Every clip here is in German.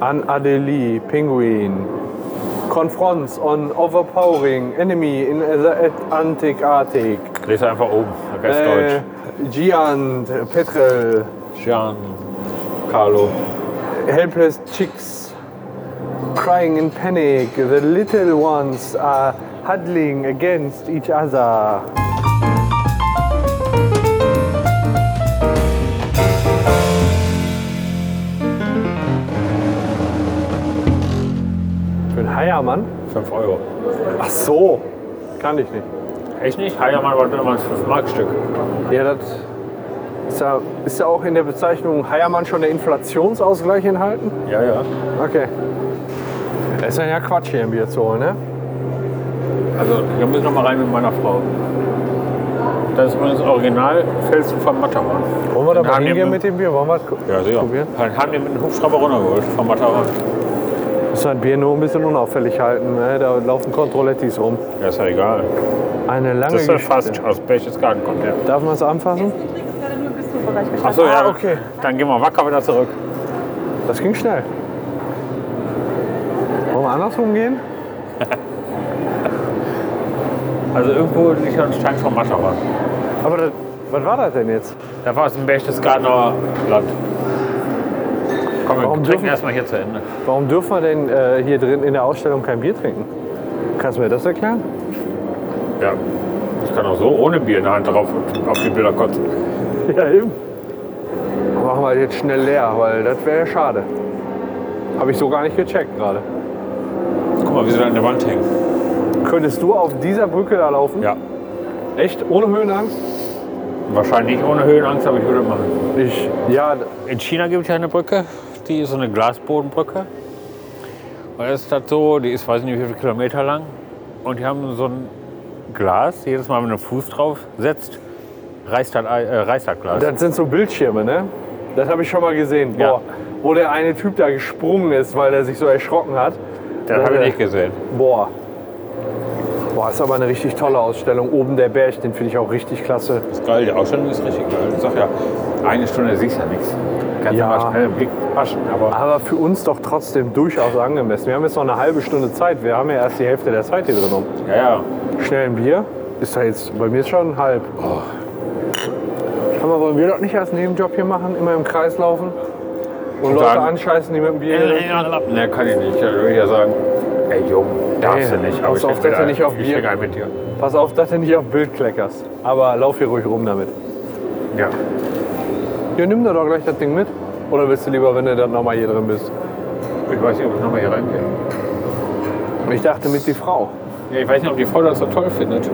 An Adelie, Penguin. Confronts on overpowering enemy in the Atlantic Arctic. Lies einfach um. oben, der Rest Äh, Giant, Petrel, Deutsch. Gian, Carlo. helpless chicks crying in panic. The little ones are huddling against each other. Für einen Heiermann? 5 Euro. Ach so, kann ich nicht. Echt nicht? Heiermann war damals 5 Mark Stück. Ja, das ist ja, ist ja auch in der Bezeichnung Heiermann schon der Inflationsausgleich enthalten. Ja, ja. Okay. Das ist dann ja Quatsch hier im Bier zu holen, ne? Also, da muss ich noch mal rein mit meiner Frau. Das ist übrigens Original Felsen von Matterhorn. Wollen wir da Den mal haben die hingehen mit dem Bier? Wollen wir das gu- Ja, sicher. probieren? Dann haben wir mit dem Hubschrauber runtergeholt von Matterhorn. Müssen ein Bier nur ein bisschen unauffällig halten, ne? Da laufen Kontrollettis rum. Ja, ist ja egal. Eine lange Das ist ja Geschichte. fast aus Berchtesgaden kommt der. Darf man es anfassen? Jetzt übrigens gerade nur bis zum Bereich Achso, gestanden. ja. Ah, okay. Dann gehen wir wacker wieder zurück. Das ging schnell. Wollen wir andersrum gehen? Also, irgendwo liegt noch ein Stein von Matterhorn. Aber das, was war das denn jetzt? Da war es im Berchtesgadener Land. Komm, wir Warum trinken dürfen- erstmal hier zu Ende. Warum dürfen wir denn äh, hier drin in der Ausstellung kein Bier trinken? Kannst du mir das erklären? Ja. Ich kann auch so ohne Bier in der Hand drauf auf die Bilder kotzen. Ja, eben. Machen wir jetzt schnell leer, weil das wäre ja schade. Habe ich so gar nicht gecheckt gerade. Guck mal, wie sie da an der Wand hängen. Könntest du auf dieser Brücke da laufen? Ja. Echt? Ohne Höhenangst? Wahrscheinlich nicht ohne Höhenangst, aber ich würde machen. Ich, ja, d- In China gibt es ja eine Brücke, die ist so eine Glasbodenbrücke. Und das ist das so, die ist weiß nicht wie viele Kilometer lang. Und die haben so ein Glas, jedes Mal, wenn du einen Fuß drauf setzt, reißt das, Ei- äh, reißt das Glas. das sind so Bildschirme, ne? Das habe ich schon mal gesehen. Ja. Boah, wo der eine Typ da gesprungen ist, weil er sich so erschrocken hat. das habe ich nicht gesehen. Boah. Boah, ist aber eine richtig tolle Ausstellung. Oben der Berg, den finde ich auch richtig klasse. Das ist geil, die Ausstellung ist richtig geil. Ich sag ja, eine Stunde siehst ja nichts. Kannst Ja. Ah. ja mal schnell einen Blick waschen, aber Aber für uns doch trotzdem durchaus angemessen. Wir haben jetzt noch eine halbe Stunde Zeit. Wir haben ja erst die Hälfte der Zeit hier drin. Um. ja, ja. Schnell ein Bier. Ist da jetzt, bei mir ist schon halb. Aber wollen wir doch nicht als Nebenjob hier machen? Immer im Kreis laufen? Und, Leute sagen- anscheißen, die mit dem Bier. hier sind? Ne, kann ich nicht. Ich würde ja sagen, ey Jung, darfst Nee, du nicht. pass ich auf, schenk mir dass du da- nicht auf ich Bier- schenk ein mit dir. Pass auf, dass du nicht auf Bild kleckerst. Aber lauf hier ruhig rum damit. Ja. Ja, nimm da doch gleich das Ding mit. Oder willst du lieber, wenn du dann nochmal hier drin bist? Ich weiß nicht, ob ich nochmal hier reingehe. Ich dachte mit die Frau. Ja, ich weiß nicht, ob die Frau das so toll findet.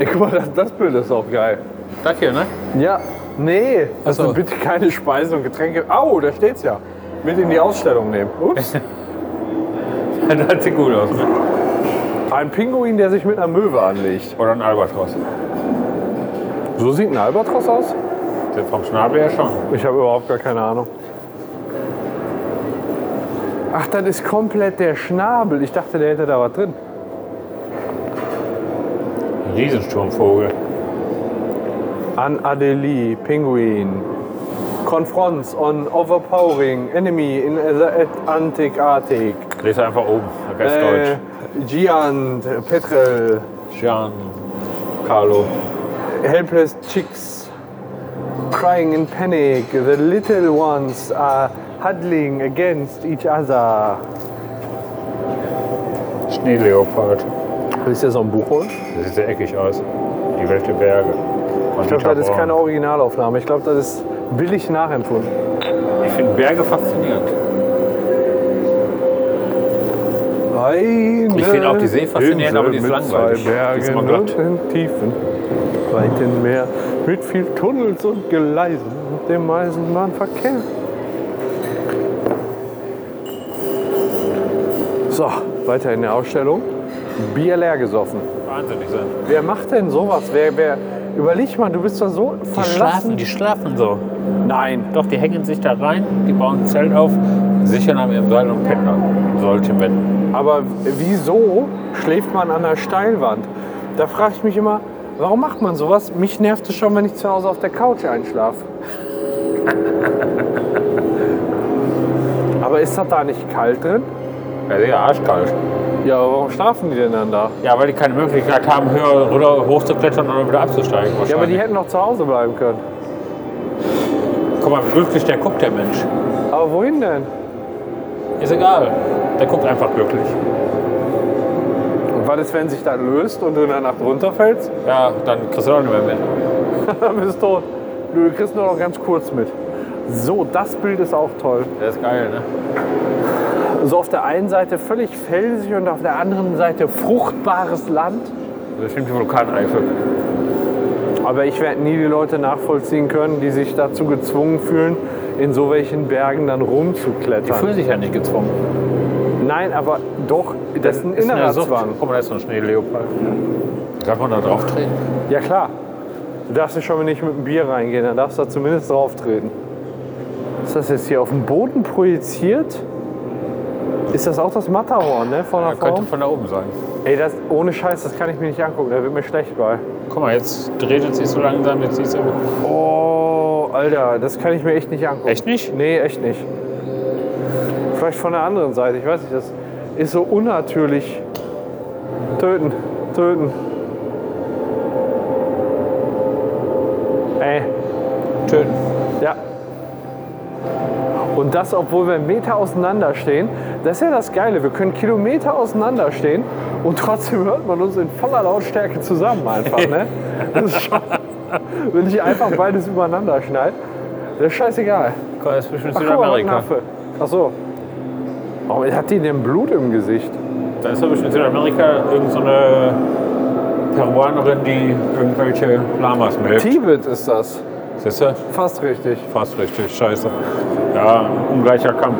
Ey, guck mal, das, das Bild ist auch geil. Das hier, ne? Ja, nee. Also so. bitte keine Speisen und Getränke. Au, da steht's ja. Mit in die Ausstellung nehmen. Ups. das sieht gut aus, ne? Ein Pinguin, der sich mit einer Möwe anlegt. Oder ein Albatros. So sieht ein Albatros aus? Der Vom Schnabel her schon. Ich habe überhaupt gar keine Ahnung. Ach, das ist komplett der Schnabel. Ich dachte, der hätte da was drin. Ein Riesensturmvogel. An Adelie, Penguin. Confronts on overpowering enemy in the Atlantic Arctic. Lies einfach oben, der Rest Äh, Giant, Petrel, Deutsch. Gian, Carlo. helpless chicks crying in panic. The little ones are huddling against each other. Schneeleopard. Willst du dir so ein Buch holen? Das sieht sehr eckig aus. Die Welt der Berge. Und Ich glaube, das ist keine Originalaufnahme. Ich glaube, das ist billig nachempfunden. um- Ich finde Berge faszinierend. Eine Ich finde auch die See faszinierend, Insel aber die ist mit langweilig. Zwei Die ist immer Bergen glatt. und in tiefen, weiten Meer mit viel Tunnels und Gleisen und dem Eisenbahnverkehr. So, weiter in der Ausstellung. Bier leer gesoffen. Wahnsinnig sein. Wer macht denn sowas? Wer, wer, überleg mal, du bist doch so Die schlafen, verlassen. die schlafen so. Nein. Doch, die hängen sich da rein, die bauen ein Zelt auf, sichern am ihrem Seil und pennen dann. Solche Männer. Aber wieso schläft man an der Steilwand? Da frage ich mich immer, warum macht man sowas? Mich nervt es schon, wenn ich zu Hause auf der Couch einschlafe. Aber ist das da nicht kalt drin? Ja, sehr arschkalt. Ja, aber warum schlafen die denn dann da? Ja, weil die keine Möglichkeit haben, höher oder hochzuklettern oder wieder abzusteigen. Ja, aber die wahrscheinlich. hätten noch zu Hause bleiben können. Guck mal, glücklich, der guckt der Mensch. Aber wohin denn? Ist egal. Der guckt einfach glücklich. Und was ist, wenn sich das löst und du in der Nacht runterfällst? Ja, dann kriegst du auch nicht mehr mit. Dann bist du tot. Du kriegst nur noch ganz kurz mit. So, das Bild ist auch toll. Das ist geil, ne? So Also auf der einen Seite völlig felsig und auf der anderen Seite fruchtbares Land. Bestimmt die Vulkaneifel. Aber ich werde nie die Leute nachvollziehen können, die sich dazu gezwungen fühlen, in so welchen Bergen dann Die rumzuklettern. fühlen sich ja nicht gezwungen. Nein, aber doch, das ist ein eine innerer Sucht. Zwang. Guck mal, da ist so ein Schneeleopard. Kann man da drauf treten? Ja klar. Du darfst ja schon mal nicht mit dem Bier reingehen, dann darfst du da zumindest drauf treten. Ist das jetzt hier auf den Boden projiziert? Ist das auch das Matterhorn, ne? Von der Ja, könnte Form? von da oben sein. Ey, das ohne Scheiß, das kann ich mir nicht angucken, da wird mir schlecht bei. Guck mal, jetzt dreht es sich so langsam, jetzt siehst du. Oh, Alter, das kann ich mir echt nicht angucken. Echt nicht? Nee, echt nicht. Vielleicht von der anderen Seite, ich weiß nicht, das ist so unnatürlich. Töten, töten. Ey, Töten. ja. Und das, obwohl wir einen Meter auseinander stehen. Das ist ja das Geile, wir können Kilometer auseinander stehen und trotzdem hört man uns in voller Lautstärke zusammen einfach, ne? Das ist schon, wenn ich einfach beides übereinander schneide, das ist scheißegal. Guck mal, das ist bestimmt Ach, guck mal, ein Südamerika. Affe. Ach so. Warum hat die denn Blut im Gesicht? Da ist doch bestimmt Südamerika irgendeine so eine Peruanerin, die irgendwelche Lamas melkt. Tibet ist das. Siehst du? Fast richtig. Fast richtig, scheiße. Ja, ungleicher Kampf.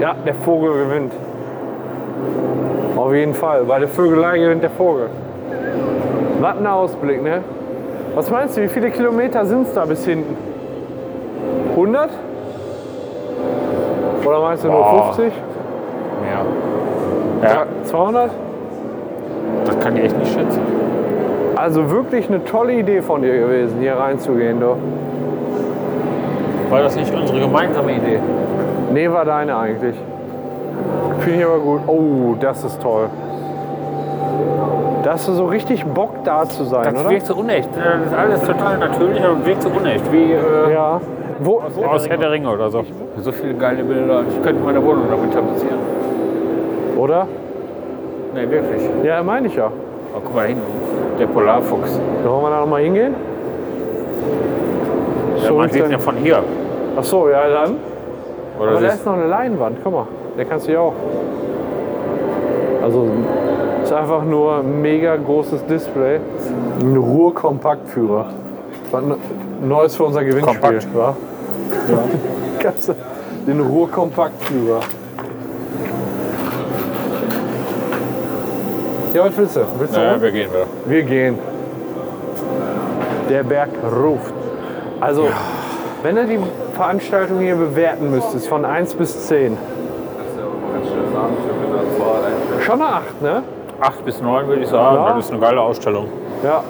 Ja, der Vogel gewinnt. Auf jeden Fall. Bei der Vögelei gewinnt der Vogel. Was ein Ausblick, ne? Was meinst du, wie viele Kilometer sind es da bis hinten? 100? Oder meinst du nur Boah. 50? Ja. ja, 200? das kann ich echt nicht schätzen. Also wirklich eine tolle Idee von dir gewesen, hier reinzugehen, du. War das nicht unsere gemeinsame Idee? Nee, war deine eigentlich. Finde ich aber gut. Oh, das ist toll. Da hast du so richtig Bock da zu sein, Das oder? wirkt so unecht. Das ist alles total natürlich, aber wirkt so unecht. Wie äh, Ja. Wo, aus Herr der Ringe oder so. So viele geile Bilder. Ich könnte meine Wohnung damit tapezieren. oder? Nee, wirklich. Ja, meine ich ja. Oh, guck mal da hinten. Der Polarfuchs. Wollen wir da nochmal hingehen? Ja, man ich sieht ihn dann- ja von hier. Ach so, ja dann. Aber Oder da siehst- ist noch eine Leinwand, guck mal. Der kannst du ja auch. Also ist einfach nur ein mega großes Display. Ein Ruhr-Kompaktführer. Was ne- Neues für unser Gewinnspiel, Kompakt. wa? Ja. Kannst du den Ruhr-Kompaktführer. Ja, was willst du? Willst du Naja, rum? wir gehen wieder. Wir gehen. Der Berg ruft. Also, wenn ihr die Veranstaltung hier bewerten müsstest, von 1 bis 10. Schon eine 8, ne? 8 bis 9 würde ich sagen. Ja. Das ist eine geile Ausstellung. Ja.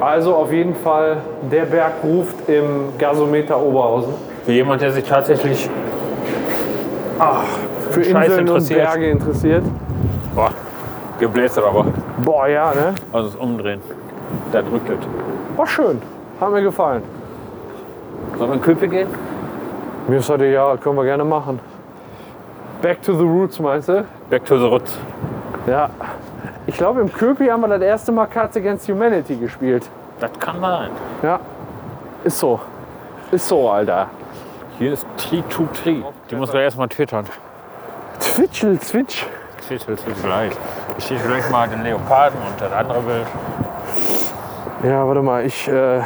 Also auf jeden Fall, der Berg ruft im Gasometer Oberhausen. Für jemand, der sich tatsächlich. Für Scheiß Inseln und interessiert. Berge interessiert. Boah, geblästert aber. Boah, ja, ne? Also das Umdrehen. Da drückt es. War schön. Hat mir gefallen. Sollen wir in Köpke gehen? Mir ist heute ja, können wir gerne machen. Back to the roots, meinst du? Back to the Roots. Ja, ich glaube, im Köpi haben wir das erste Mal Cards Against Humanity gespielt. Das kann sein. Ja, ist so. Ist so, Alter. Hier ist T2T. Die muss gleich erstmal twittern. Twitchel, Twitch. Titel zu gleich. Ich schieße gleich mal den Leoparden und das andere Bild. Ja, warte mal, ich. Äh,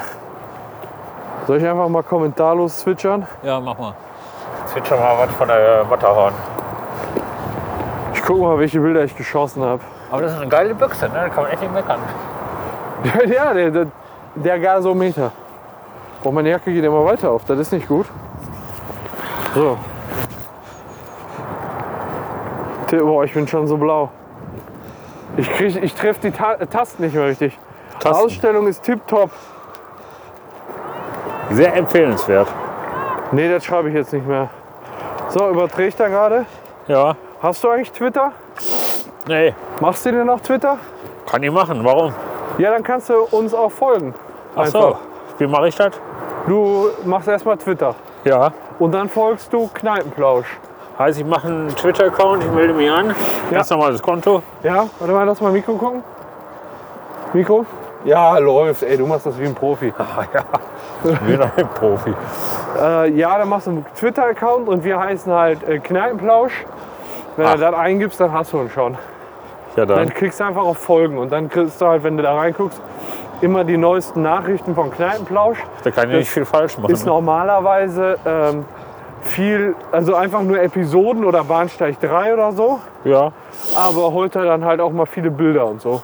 soll ich einfach mal kommentarlos zwitschern? Ja, mach mal. Zwitscher mal was von der äh, Matterhorn. Ich guck mal, welche Bilder ich geschossen habe. Aber das ist eine geile Büchse, ne? Da kann man echt nicht meckern. ja, der, der, der Gasometer. Boah, meine Jacke geht immer weiter auf, das ist nicht gut. So. T- Boah, ich bin schon so blau. Ich, krieg, ich treffe die Ta Tasten nicht mehr richtig. Tasten. Ausstellung ist tipptopp. Sehr empfehlenswert. Nee, das schreibe ich jetzt nicht mehr. So, überträgt er gerade. Ja. Hast du eigentlich Twitter? Nee, Machst du dir noch Twitter? kann ich machen. Warum? Ja, dann kannst du uns auch folgen. Ach so. Wie mache ich das? Du machst erstmal Twitter Ja. und dann folgst du Kneipenplausch. Heißt, ich mache einen Twitter-Account, ich melde mich an. Ganz normales Konto. Ja, warte mal, lass mal Mikro gucken. Mikro? Ja, läuft. Ey, du machst das wie ein Profi. Wieder ein Profi. Äh, ja, dann machst du einen Twitter-Account und wir heißen halt äh, Kneipenplausch. Wenn du Ach. das eingibst, dann hast du ihn schon. Ja, Dann dann. klickst du einfach auf Folgen und dann kriegst du halt, wenn du da reinguckst, immer die neuesten Nachrichten von Kneipenplausch. Da kann ich nicht viel falsch machen. Ist normalerweise ähm, viel, also einfach nur Episoden oder Bahnsteig 3 oder so. Ja. aber heute dann halt auch mal viele Bilder und so.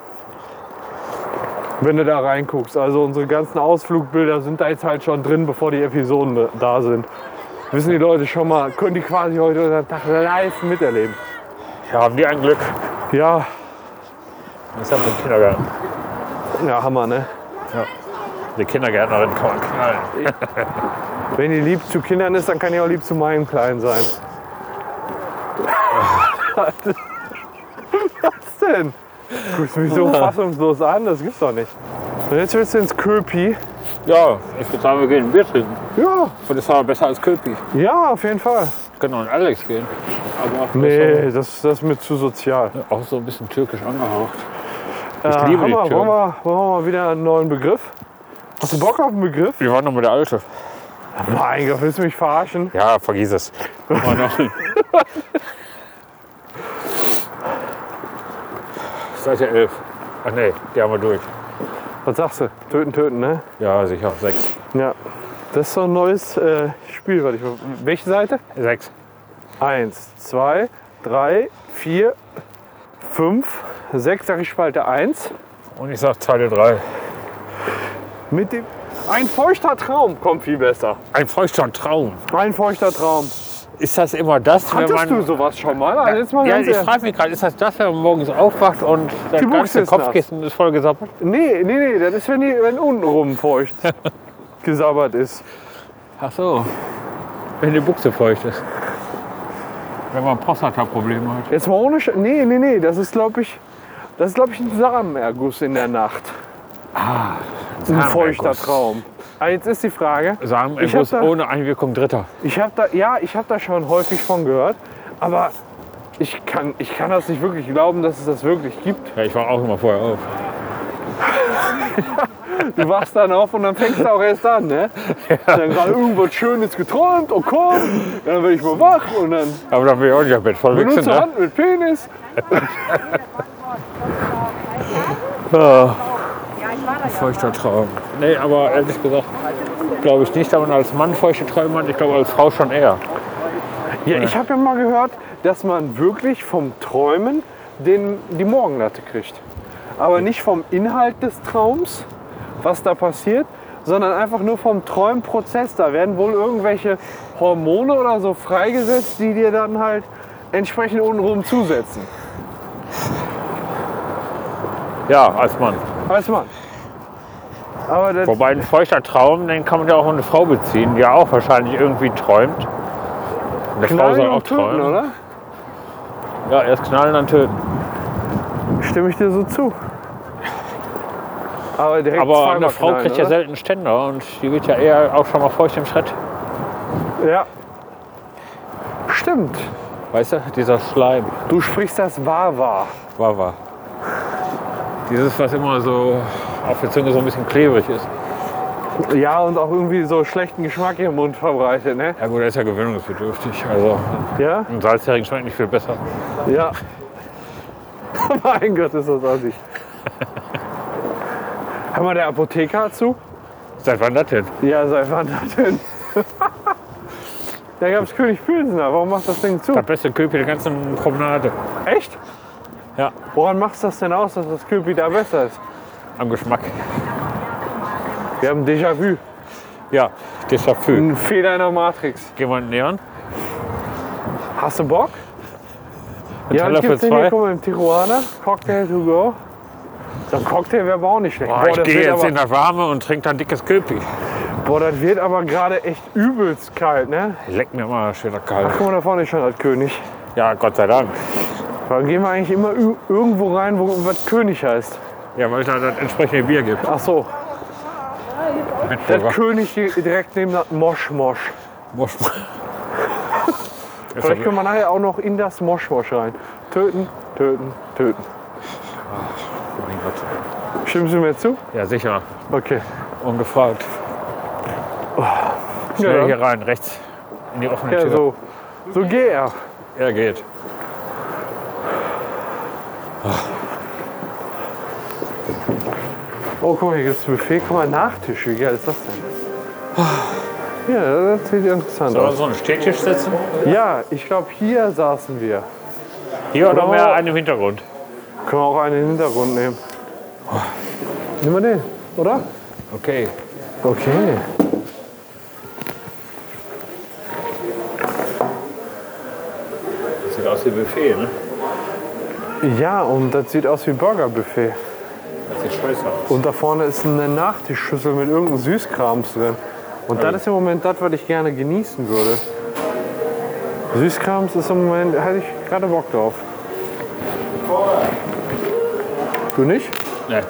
Wenn du da reinguckst. Also unsere ganzen Ausflugbilder sind da jetzt halt schon drin, bevor die Episoden da sind. Wissen die Leute schon mal, können die quasi heute unseren Tag live miterleben. Ja, haben die ein Glück. Ja, Das haben sie im Kindergarten. ja, Hammer, ne? Die Kindergärtnerin kann man knallen. Wenn die lieb zu Kindern ist, dann kann die auch lieb zu meinem Kleinen sein. Was denn? Du guckst mich so fassungslos an, das gibt's doch nicht. Und jetzt willst du ins Köpi. Ja, ich würde sagen, wir gehen ein Bier trinken. Ja, Und das war besser als Köpi. ja, auf jeden Fall. Wir können auch in Alex gehen. Aber das Nee, das, das ist mir zu sozial. ist auch so ein bisschen türkisch angehaucht. Ich liebe die Äh, Hammer, Türen. wollen, wir, wollen wir mal wieder einen neuen Begriff? Hast du Bock auf einen Begriff? Wir waren noch mit der Alte. Mein Gott, willst du mich verarschen? Ja, vergiss es. War noch- Seite 11. Ach nee, die haben wir durch. Was sagst du? Töten, töten, ne? Ja, sicher. Sechs. Ja. Das ist so ein neues äh, Spiel. Warte, ich, welche Seite? Sechs. Eins, zwei, drei, vier, fünf, sechs. Sag ich Spalte eins. Und ich sag Zeile 3. Mit dem. Ein feuchter Traum kommt viel besser. Ein feuchter Traum. Ein feuchter Traum. Ist das immer das, wenn Hattest man. du sowas schon mal? Also jetzt mal ja, ganz ich ehrlich. frage mich gerade, ist das das, wenn man morgens aufwacht und das Die Buchse ganze ist Kopfkissen ist voll gesappelt? Nee, nee, nee, das ist, wenn, die, wenn untenrum feucht gesabbert ist. Ach so. Wenn die Buchse feucht ist. Wenn man Prostata-Probleme hat. Jetzt mal ohne Sch Nee, nee, nee, das ist, glaube ich, das ist, glaube ich, ein Samenerguss in der Nacht. Ein feuchter Traum. Ah, jetzt ist die Frage, Samenerguss Ich hab da- ohne Einwirkung Dritter. ich habe da, ja, ich habe da schon häufig von gehört, aber ich kann, ich kann das nicht wirklich glauben, dass es das wirklich gibt. Ja, ich war auch immer vorher auf. Du wachst dann auf und dann fängst du auch erst an, ne? Dann gerade irgendwas Schönes geträumt, oh komm, dann werde ich mal wach und dann Aber dann bin ich auch nicht am Bett voll wichsen, benutze ne? Hand mit Penis. Feuchter Traum. Nee, aber ehrlich gesagt, glaube ich nicht, dass man als Mann feuchte Träume hat. Ich glaube, als Frau schon eher. Ja, ich habe ja mal gehört, dass man wirklich vom Träumen den, die Morgenlatte kriegt. Aber nicht vom Inhalt des Traums, was da passiert, sondern einfach nur vom Träumprozess. Da werden wohl irgendwelche Hormone oder so freigesetzt, die dir dann halt entsprechend untenrum zusetzen. Ja, als Mann. Weiß man. Aber das, Wobei ein feuchter Traum, den kann man ja auch auf eine Frau beziehen, die ja auch wahrscheinlich irgendwie träumt. Eine Frau soll Knallen auch und Töten, träumen. oder? Ja, erst knallen, dann töten. Stimme ich dir so zu. Aber, direkt Aber zweimal eine Frau knallen, kriegt ja oder? selten Ständer und die wird ja eher auch schon mal feucht im Schritt. Ja. Stimmt. Weißt du, dieser Schleim. Du sprichst das wahr wahr. War war. Dieses, was immer so auf der Zunge so ein bisschen klebrig ist. Ja, und auch irgendwie so schlechten Geschmack im Mund verbreitet, ne? Ja gut, das ist ja gewöhnungsbedürftig. Also Ja? ein Salzhering schmeckt nicht viel besser. Ja. mein Gott, ist das assig. Haben wir der Apotheker zu? Seit wann das denn? Ja, seit wann das denn? da gab's König Pilsner. Warum macht das Ding zu? Das beste Köpi der ganzen Promenade. Echt? Ja. Woran macht's das denn aus, dass das Köpi da besser ist? Am Geschmack. Wir haben Déjà-vu. Ja, déjà vu. Ein Fehler in der Matrix. Gehen wir nähern. Hast du Bock? ja, Teller was gibt's für denn hier? zwei. Guck mal, im Tijuana. Cocktail to go. So ein Cocktail wäre aber auch nicht schlecht. Boah, Boah, ich das gehe wird jetzt aber- in das Warme und trinke dann dickes Köpi. Boah, das wird aber gerade echt übelst kalt, ne? Leck mir mal, schöner Karl. Ach, guck mal, da vorne ist schon das König. Ja, Gott sei Dank. Warum gehen wir eigentlich immer ü- irgendwo rein, wo was König heißt? Ja, weil es halt das entsprechende Bier gibt. Ach so, Mit das Pulver. König hier direkt neben das Moschmosch. Muss man- Ist Vielleicht doch- können wir nachher auch noch in das Moschmosch rein. Töten, töten, töten. Oh Mein Gott. Stimmen Sie mir zu? Ja, sicher. Okay. Ungefragt. Schnell Ja, ja. hier rein, rechts. In die offene Ja, Tür. so, so geh er. Er geht. Oh, guck mal, hier gibt's Buffet. Guck mal, Nachtisch. Wie geil ist das denn? Ja, das sieht interessant Sollen wir aus. uns so einen Stehtisch setzen? Ja, ich glaube, hier saßen wir. Hier oder Oh. mehr einen im Hintergrund? Können wir auch einen Hintergrund nehmen. Nehmen wir den, oder? Okay. Okay. Das sieht aus wie Buffet, ne? Ja, und das sieht aus wie Burgerbuffet. Das sieht scheiße aus. Und da vorne ist eine Nachtischschüssel mit irgendeinem Süßkrams drin. Und das ist im Moment das, was ich gerne genießen würde. Süßkrams ist im Moment, hätte ich gerade Bock drauf. Du nicht? Nee,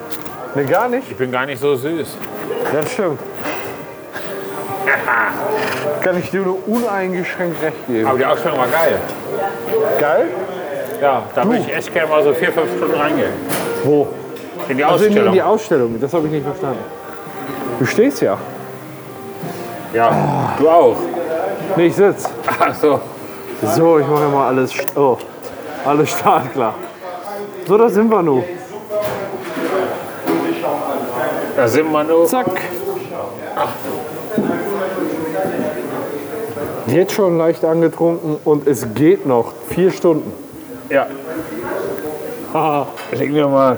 Ne, gar nicht? ich bin gar nicht so süß. Das stimmt. Kann ich dir nur uneingeschränkt recht geben. Aber die Ausstellung war geil. Geil? Ja, da würde ich echt gerne mal so vier, fünf Stunden reingehen. Wo? In die Also in die- in Ausstellung. die Ausstellung, das habe ich nicht verstanden. Du stehst ja. ja, du auch. Nee, ich sitz. Ach so. So, ich mache mal alles, st- oh, alles startklar. So, da sind wir nun. Da sind wir nur. Zack. Jetzt schon leicht angetrunken und es geht noch. Vier Stunden. Ja. Haha, leg mir mal.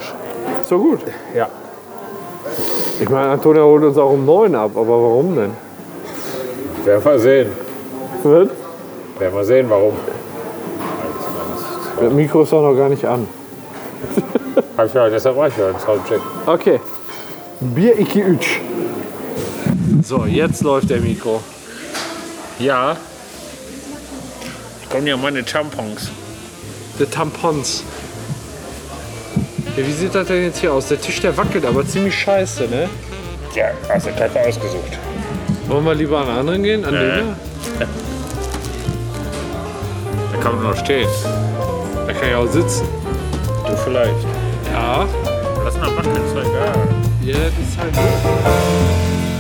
So gut. Ja. Ich meine, Antonia holt uns auch um neun ab, aber warum denn? Werden wir sehen. Was? Werden wir sehen, warum. Das Mikro ist doch noch gar nicht an. Hab ich ja, deshalb war ich ja einen Soundcheck. Okay. Bier Iki Ütsch. So, jetzt läuft der Mikro. Ja. Ich komme ja meine Tampons. Der Tampons. Ja, wie sieht das denn jetzt hier aus? Der Tisch, der wackelt, aber ziemlich scheiße, ne? Ja, hast du Kacke ausgesucht. Wollen wir lieber an einen anderen gehen? An den hier? Da kann man noch stehen. Da kann ich auch sitzen. Du vielleicht. Ja. Lass mal wackeln, ist doch egal. ne? Ja, das ist halt.